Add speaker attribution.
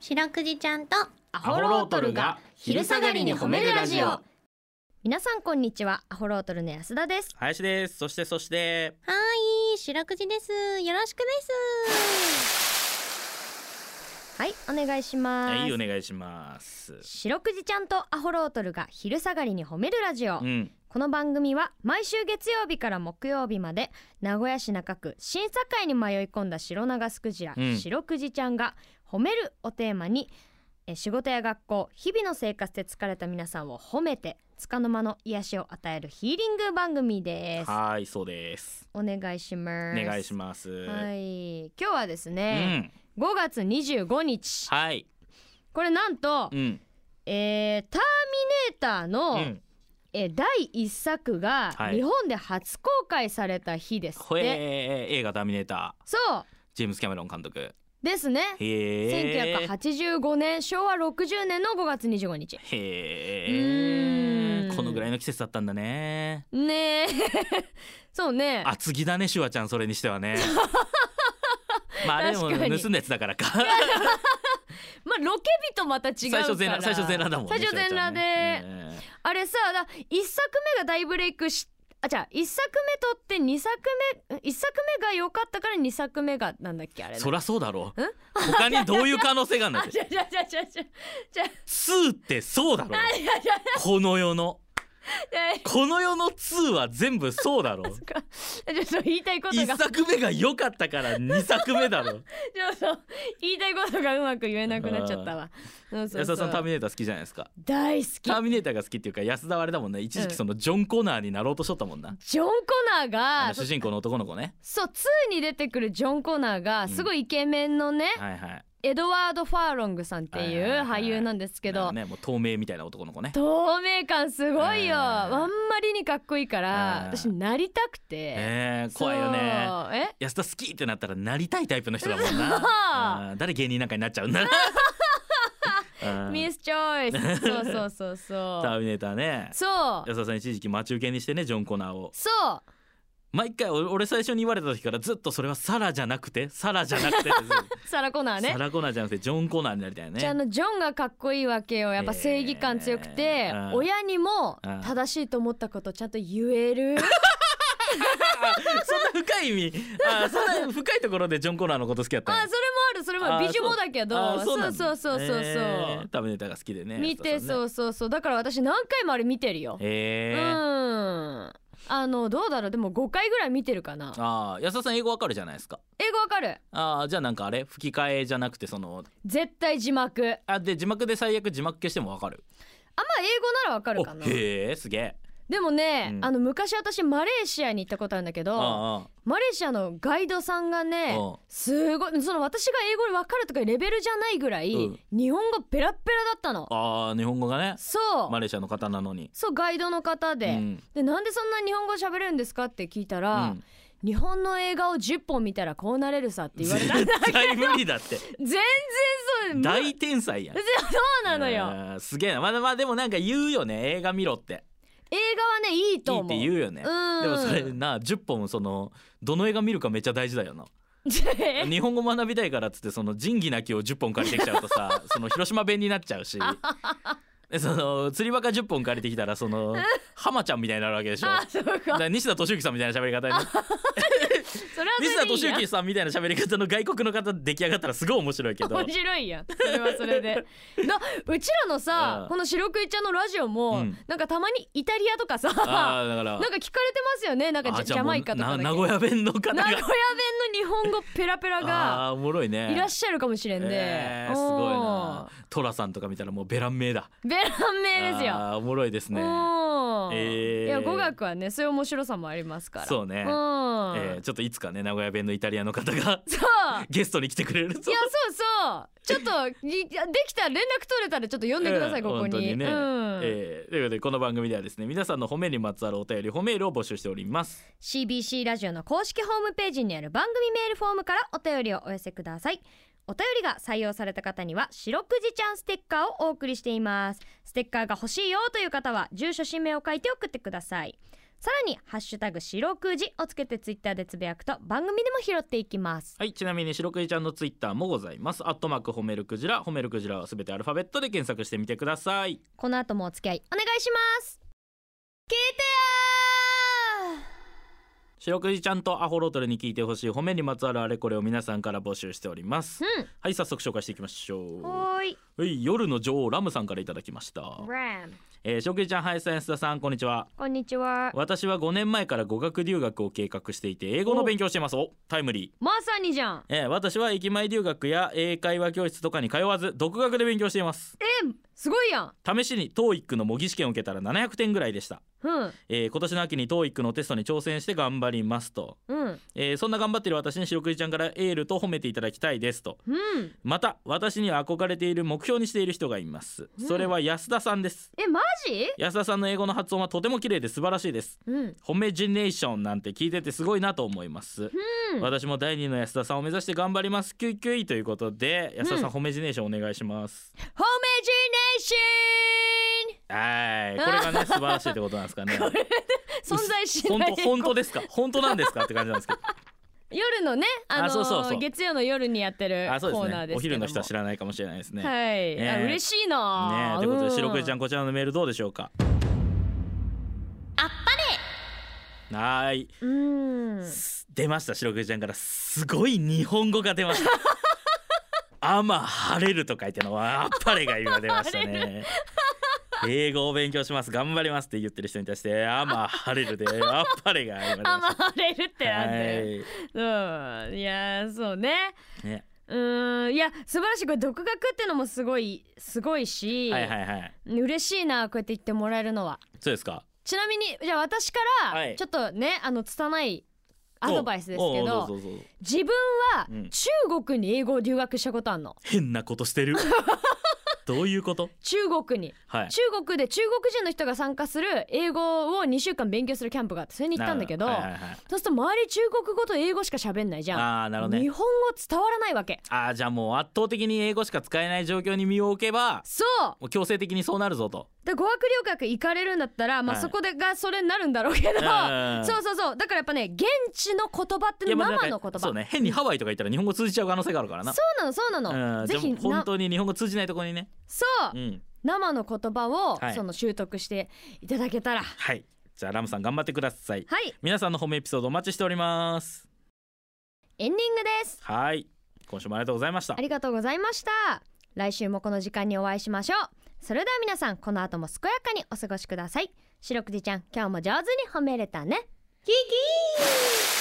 Speaker 1: 白くじちゃんと
Speaker 2: ア
Speaker 3: ホロートルが昼下がりに褒めるラジオ
Speaker 2: 皆さんこんにちはアホロートルの安田です
Speaker 3: 林ですそしてそして
Speaker 1: はーい白くじですよろしくです
Speaker 2: はいお願いします、
Speaker 3: はいお願いします
Speaker 2: 白くじちゃんとアホロートルが昼下がりに褒めるラジオ、
Speaker 3: うん
Speaker 2: この番組は毎週月曜日から木曜日まで名古屋市中区審査会に迷い込んだ白長スクジラ、
Speaker 3: うん
Speaker 2: 白くじちゃんが褒めるをテーマにえー仕事や学校日々の生活で疲れた皆さんを褒めて束の間の癒しを与えるヒーリング番組です
Speaker 3: はーいそうです
Speaker 2: お願いしま
Speaker 3: お
Speaker 2: す
Speaker 3: 願いします
Speaker 2: はいい今日はです
Speaker 3: う
Speaker 2: ね、
Speaker 3: ん
Speaker 2: 5月25日
Speaker 3: はい
Speaker 2: これなんと、
Speaker 3: うん
Speaker 2: えーターミネーターの、
Speaker 3: うん
Speaker 2: えー第一作が
Speaker 3: はい
Speaker 2: 日本で初公開された日ですって、
Speaker 3: ほえー映画ターミネーター
Speaker 2: そう
Speaker 3: ジェームスキャメロン監督
Speaker 2: ですね、
Speaker 3: へえ
Speaker 2: 1985年昭和60年の5月25日う
Speaker 3: へ
Speaker 2: ー
Speaker 3: え
Speaker 2: ん
Speaker 3: このぐらいの季節だったんだね
Speaker 2: ねえそうね
Speaker 3: 厚着だねシュワちゃんそれにして はねまああれも
Speaker 2: 確かに
Speaker 3: 盗んだやつだからか
Speaker 2: まあロケ日とまた違うか
Speaker 3: 最
Speaker 2: ら
Speaker 3: 初全裸最初全裸だもんね
Speaker 2: 最初全裸で、
Speaker 3: シュワちゃんね
Speaker 2: あれさだ一作目が大ブレイクしあじゃあ一作目撮って二作目ん一作目が良かったから二作目がなんだっけあ
Speaker 3: う
Speaker 2: れ
Speaker 3: ん
Speaker 2: の
Speaker 3: そりゃそうだろう他にどういう可能性があるんだ
Speaker 2: あ
Speaker 3: って
Speaker 2: じゃあじゃあじゃあじゃあじゃあじゃあ
Speaker 3: 2ってそうだ ろう
Speaker 2: じゃあじゃあ
Speaker 3: この世の
Speaker 2: じゃあ
Speaker 3: この世の2は全部そうだろう
Speaker 2: そっかちょっと言いたいことが
Speaker 3: 1作目が良かったから2作目だろう
Speaker 2: ちょっと言いたいことがうまく言えなくなっちゃったわ そうそう
Speaker 3: 安
Speaker 2: そう
Speaker 3: 田さんターミネーター好きじゃないですか
Speaker 2: 大好き
Speaker 3: ターミネーターが好きっていうか安田はあれだもんね一時期そのジョン・コナーになろうとしとったもんな、
Speaker 2: ジョン・コナー
Speaker 3: あ
Speaker 2: が
Speaker 3: の主人公の男の子ね
Speaker 2: そう2に出てくるジョン・コナーが
Speaker 3: ん
Speaker 2: すごいイケメンのね、
Speaker 3: はいはい
Speaker 2: エドワード・ファーロングさんっていう
Speaker 3: はいはいはい
Speaker 2: 俳優なんですけど、
Speaker 3: なんかねもう透明みたいな男の子ね
Speaker 2: 透明感すごいよ、
Speaker 3: うん
Speaker 2: あんまりにかっこいいから
Speaker 3: うん
Speaker 2: 私なりたくて、
Speaker 3: えー、怖いよね
Speaker 2: そうえ
Speaker 3: 安田好きってなったらなりたいタイプの人だもん
Speaker 2: そう
Speaker 3: なうん誰芸人なんかになっちゃうんだうん
Speaker 2: ミス・チョイス そうそうそうそう
Speaker 3: ターミネーターね
Speaker 2: そう
Speaker 3: 安田さん一時期待ち受けにしてねジョン・コナーを
Speaker 2: そう
Speaker 3: 毎回俺俺最初に言われた時からずっとそれはサラじゃなくてサラじゃなくてっ てずっと
Speaker 2: サラ・コナーね
Speaker 3: サラ・コナーじゃなくてジョン・コナーになりたいよね
Speaker 2: じゃああのジョンがかっこいいわけよやっぱ正義感強くて、
Speaker 3: えーうん
Speaker 2: 親にも
Speaker 3: うん
Speaker 2: 正しいと思ったことちゃんと言える
Speaker 3: そんな 深い意味あーそんな深いところでジョン・コナーのこと好きだったん
Speaker 2: あそれ
Speaker 3: や
Speaker 2: もあるそれも
Speaker 3: あ
Speaker 2: あ
Speaker 3: ー
Speaker 2: る美女もだけど
Speaker 3: あー
Speaker 2: そう
Speaker 3: なんだ
Speaker 2: そうそうそうそう、
Speaker 3: えーターミネーターが好きでね
Speaker 2: 見て
Speaker 3: う
Speaker 2: そうそうそうだから私何回もあれ見てるよ、
Speaker 3: え
Speaker 2: うんあのどうだろうでも5回ぐらい見てるかな
Speaker 3: あー安田さん英語わかるじゃないですか
Speaker 2: 英語わかる
Speaker 3: あーじゃあなんかあれ吹き替えじゃなくてその
Speaker 2: 絶対字幕あま
Speaker 3: あで字幕で最悪字幕消してもわかる
Speaker 2: あ英語ならわかるかな
Speaker 3: おへえすげえ
Speaker 2: でもね、
Speaker 3: うん
Speaker 2: あの昔私マレーシアに行ったことあるんだけど
Speaker 3: あ
Speaker 2: マレーシアのガイドさんがね
Speaker 3: うん
Speaker 2: すごいその私が英語で分かるとかいうレベルじゃないぐらい、
Speaker 3: うん
Speaker 2: 日本語ペラッペラだったの
Speaker 3: ああー日本語がね
Speaker 2: そう、
Speaker 3: マレーシアの方なのに
Speaker 2: そうガイドの方で、
Speaker 3: うん
Speaker 2: でなんでそんな日本語喋れるんですかって聞いた
Speaker 3: う
Speaker 2: ら、
Speaker 3: ん
Speaker 2: 日本の映画を10本見たらこうなれるさって言われた
Speaker 3: 絶対無理だって
Speaker 2: 全然そうもう
Speaker 3: 大天才やん
Speaker 2: そうなのよ
Speaker 3: あーすげえなまだまあでもなんか言うよね映画見ろって
Speaker 2: 映画はねいい
Speaker 3: い
Speaker 2: と
Speaker 3: い
Speaker 2: 思
Speaker 3: っ
Speaker 2: う
Speaker 3: て言うよね
Speaker 2: うん
Speaker 3: でもそれな10本そのどの映画見るかめっちゃ大事だよな 日本語学びたいからっつってその仁義なきを10本借りてきちゃうと さその広島弁になっちゃうしでその釣りバカ10本借りてきたらその浜ちゃんみたいになるわけでしょ
Speaker 2: あそうか
Speaker 3: だから西田敏行さんみたいな喋り方になって
Speaker 2: それはそれ
Speaker 3: 西
Speaker 2: で
Speaker 3: 田
Speaker 2: いい
Speaker 3: 敏
Speaker 2: や
Speaker 3: 行さんみたいな喋り方の外国の方出来上がったらすごい面白いけど
Speaker 2: 面白いやんそれはそれ でなうちらのさ、
Speaker 3: うん
Speaker 2: この白くいちゃんのラジオも、
Speaker 3: うん
Speaker 2: なんかたまにイタリアとかさ
Speaker 3: ああだから
Speaker 2: なんか聞かれてますよねなんかジャ
Speaker 3: あ
Speaker 2: ジ
Speaker 3: じゃあ
Speaker 2: ャ
Speaker 3: もう
Speaker 2: マイカとかだけ
Speaker 3: な名古屋弁の方
Speaker 2: 名
Speaker 3: が
Speaker 2: 古屋弁の日本語ペラペラが
Speaker 3: あーおもろいね
Speaker 2: いらっしゃるかもしれんで、
Speaker 3: えーすごいなトラさんとか見たらもうベラン名だ
Speaker 2: うんベラン名ですよ
Speaker 3: あーおもろいですね
Speaker 2: うん
Speaker 3: えー
Speaker 2: いや語学はねそういう面白さもありますから
Speaker 3: そうね
Speaker 2: うん、
Speaker 3: えーちょっといつかね名古屋弁のイタリアの方が
Speaker 2: そう
Speaker 3: ゲストに来てくれる
Speaker 2: い
Speaker 3: と
Speaker 2: やそうそうちょっといいやできたら連絡取れたらちょっと読んでください、
Speaker 3: えー
Speaker 2: ここ
Speaker 3: 本当
Speaker 2: に
Speaker 3: にね、
Speaker 2: うん
Speaker 3: えーということでこの番組ではですね皆さんの褒めにまつわるお便り褒めールを募集しております
Speaker 2: CBC ラジオの公式ホームページにある番組メールフォームからお便りをお寄せくださいお便りが採用された方には白くじちゃんステッカーをお送りしていますステッカーが欲しいよという方は住所氏名を書いて送ってくださいさらに「ハッシュタグ四六時」をつけてツイッターでつぶやくと番組でも拾っていきます
Speaker 3: はいちなみに白くじちゃんのツイッターもございますアットマーク褒めるクジラ褒めるクジラはすべてアルファベットで検索してみてください
Speaker 2: この後もお付き合いお願いします聞いてやー
Speaker 3: 白くじちゃんとアホロートルに聞いてほしい褒めにまつわるあれこれを皆さんから募集しております
Speaker 2: うん
Speaker 3: はい早速紹介していきましょ
Speaker 2: はーいう
Speaker 3: はい夜の女王ラムさんからいただきました
Speaker 2: ラム
Speaker 3: えー、白くじちゃん林さん安田さんこんにちは
Speaker 2: こんにちは
Speaker 3: 私は5年前から語学留学を計画していて英語の勉強をしていますおタイムリー
Speaker 2: まさにじゃん
Speaker 3: えー私は駅前留学や英会話教室とかに通わず独学で勉強しています
Speaker 2: すごいやん
Speaker 3: 試しに TOEIC の模擬試験を受けたら700点ぐらいでした、
Speaker 2: うん
Speaker 3: えー今年の秋に TOEIC のテストに挑戦して頑張りますと、
Speaker 2: うん
Speaker 3: えーそんな頑張っている私に白くじちゃんからエールと褒めていただきたいですと
Speaker 2: うん
Speaker 3: また私には憧れている目標にしている人がいます
Speaker 2: うん
Speaker 3: それは安田さんです
Speaker 2: えマジ
Speaker 3: 安田さんの英語の発音はとても綺麗で素晴らしいです
Speaker 2: うん
Speaker 3: 褒めジェネーションなんて聞いててすごいなと思います、
Speaker 2: うん
Speaker 3: 私も第二の安田さんを目指して頑張りますキュイキュイということで安田さん、褒めジェネーションお願いします
Speaker 2: ホメジネーシ
Speaker 3: はいこれがね素晴らしいってことなんですかね
Speaker 2: ョン存在し
Speaker 3: 本
Speaker 2: ない
Speaker 3: 当本当ですか本当なんですかって感じなんです けど
Speaker 2: 夜のね、あのー
Speaker 3: あそうそうそう
Speaker 2: 月曜の夜にやってる
Speaker 3: あそうで
Speaker 2: コ
Speaker 3: す
Speaker 2: ーナー
Speaker 3: ね
Speaker 2: で
Speaker 3: お
Speaker 2: すけど
Speaker 3: 昼
Speaker 2: も
Speaker 3: の人は知らないかもしれないですね、ね
Speaker 2: はい、あ
Speaker 3: ね
Speaker 2: 嬉しいな
Speaker 3: えということで白くじちゃ
Speaker 2: ん
Speaker 3: んこちらのメールどうでしょうか
Speaker 1: あっ
Speaker 3: はーい
Speaker 2: うん
Speaker 3: 出ました白くじちゃんからすごい日本語が出ま したあま晴れると書いてのあっぱれが今出ましたね英語を勉強します頑張りますって言ってる人に対してあま晴れるであっぱれが今出
Speaker 2: あ
Speaker 3: ま
Speaker 2: ま
Speaker 3: し
Speaker 2: あれるって
Speaker 3: た
Speaker 2: なん
Speaker 3: は
Speaker 2: だよ、
Speaker 3: い
Speaker 2: うんいやーそうね
Speaker 3: ね
Speaker 2: うーんいや素晴らしいこれ独学ってのもすごいすごいし、
Speaker 3: はいはいはい
Speaker 2: 嬉しいなこうやって言ってもらえるのは
Speaker 3: そうですか
Speaker 2: ちなみにじゃあ私か
Speaker 3: は
Speaker 2: ら
Speaker 3: い
Speaker 2: ちょっとね、あの拙いアドバイスです
Speaker 3: お
Speaker 2: け
Speaker 3: お
Speaker 2: ど
Speaker 3: ううぞうぞ
Speaker 2: 自分は
Speaker 3: うん
Speaker 2: 中国に英語を留学したことあるの
Speaker 3: 変なこと してるどういうこと
Speaker 2: 中国に
Speaker 3: はい
Speaker 2: 中国で中国人の人が参加する英語を2週間勉強するキャンプがあってそれに行ったんだけど、
Speaker 3: なるほはいはいはい
Speaker 2: そうすると周り中国語と英語しか喋んないじゃん、
Speaker 3: ああなるほど
Speaker 2: 日
Speaker 3: ね
Speaker 2: 本語伝わらないわけ
Speaker 3: ああじゃあもう圧倒的に英語しか使えない状況に身を置けば
Speaker 2: そう
Speaker 3: もう強制的にそうなるぞと
Speaker 2: で語学留学行かれるんだったら、まあ、
Speaker 3: はい
Speaker 2: そこでがそれになるんだろうけど、
Speaker 3: うん
Speaker 2: そうそうそうだからやっぱね現地の言葉って
Speaker 3: い
Speaker 2: いう
Speaker 3: や
Speaker 2: の
Speaker 3: まあ
Speaker 2: 生の
Speaker 3: なん
Speaker 2: 言葉
Speaker 3: かそうね変にハワイとか行ったら日本語通じちゃう可能性があるからな
Speaker 2: そうなのそうなの、
Speaker 3: うん
Speaker 2: ぜひ
Speaker 3: じゃあもう
Speaker 2: な
Speaker 3: 本当に日本語通じないところにね
Speaker 2: そう、
Speaker 3: うん
Speaker 2: 生の言葉を、
Speaker 3: はい
Speaker 2: その習得していただけたらは
Speaker 3: はいじゃあラムさん頑張ってください
Speaker 2: い
Speaker 3: 皆さんの褒めエピソードお待ちしております
Speaker 2: エンディングです
Speaker 3: はい今週もありがとうございました
Speaker 2: ありがとうございました来週もこの時間にお会いしましょうそれでは皆さんこの後も健やかにお過ごしください白くじちゃん今日も上手に褒めれたねキキー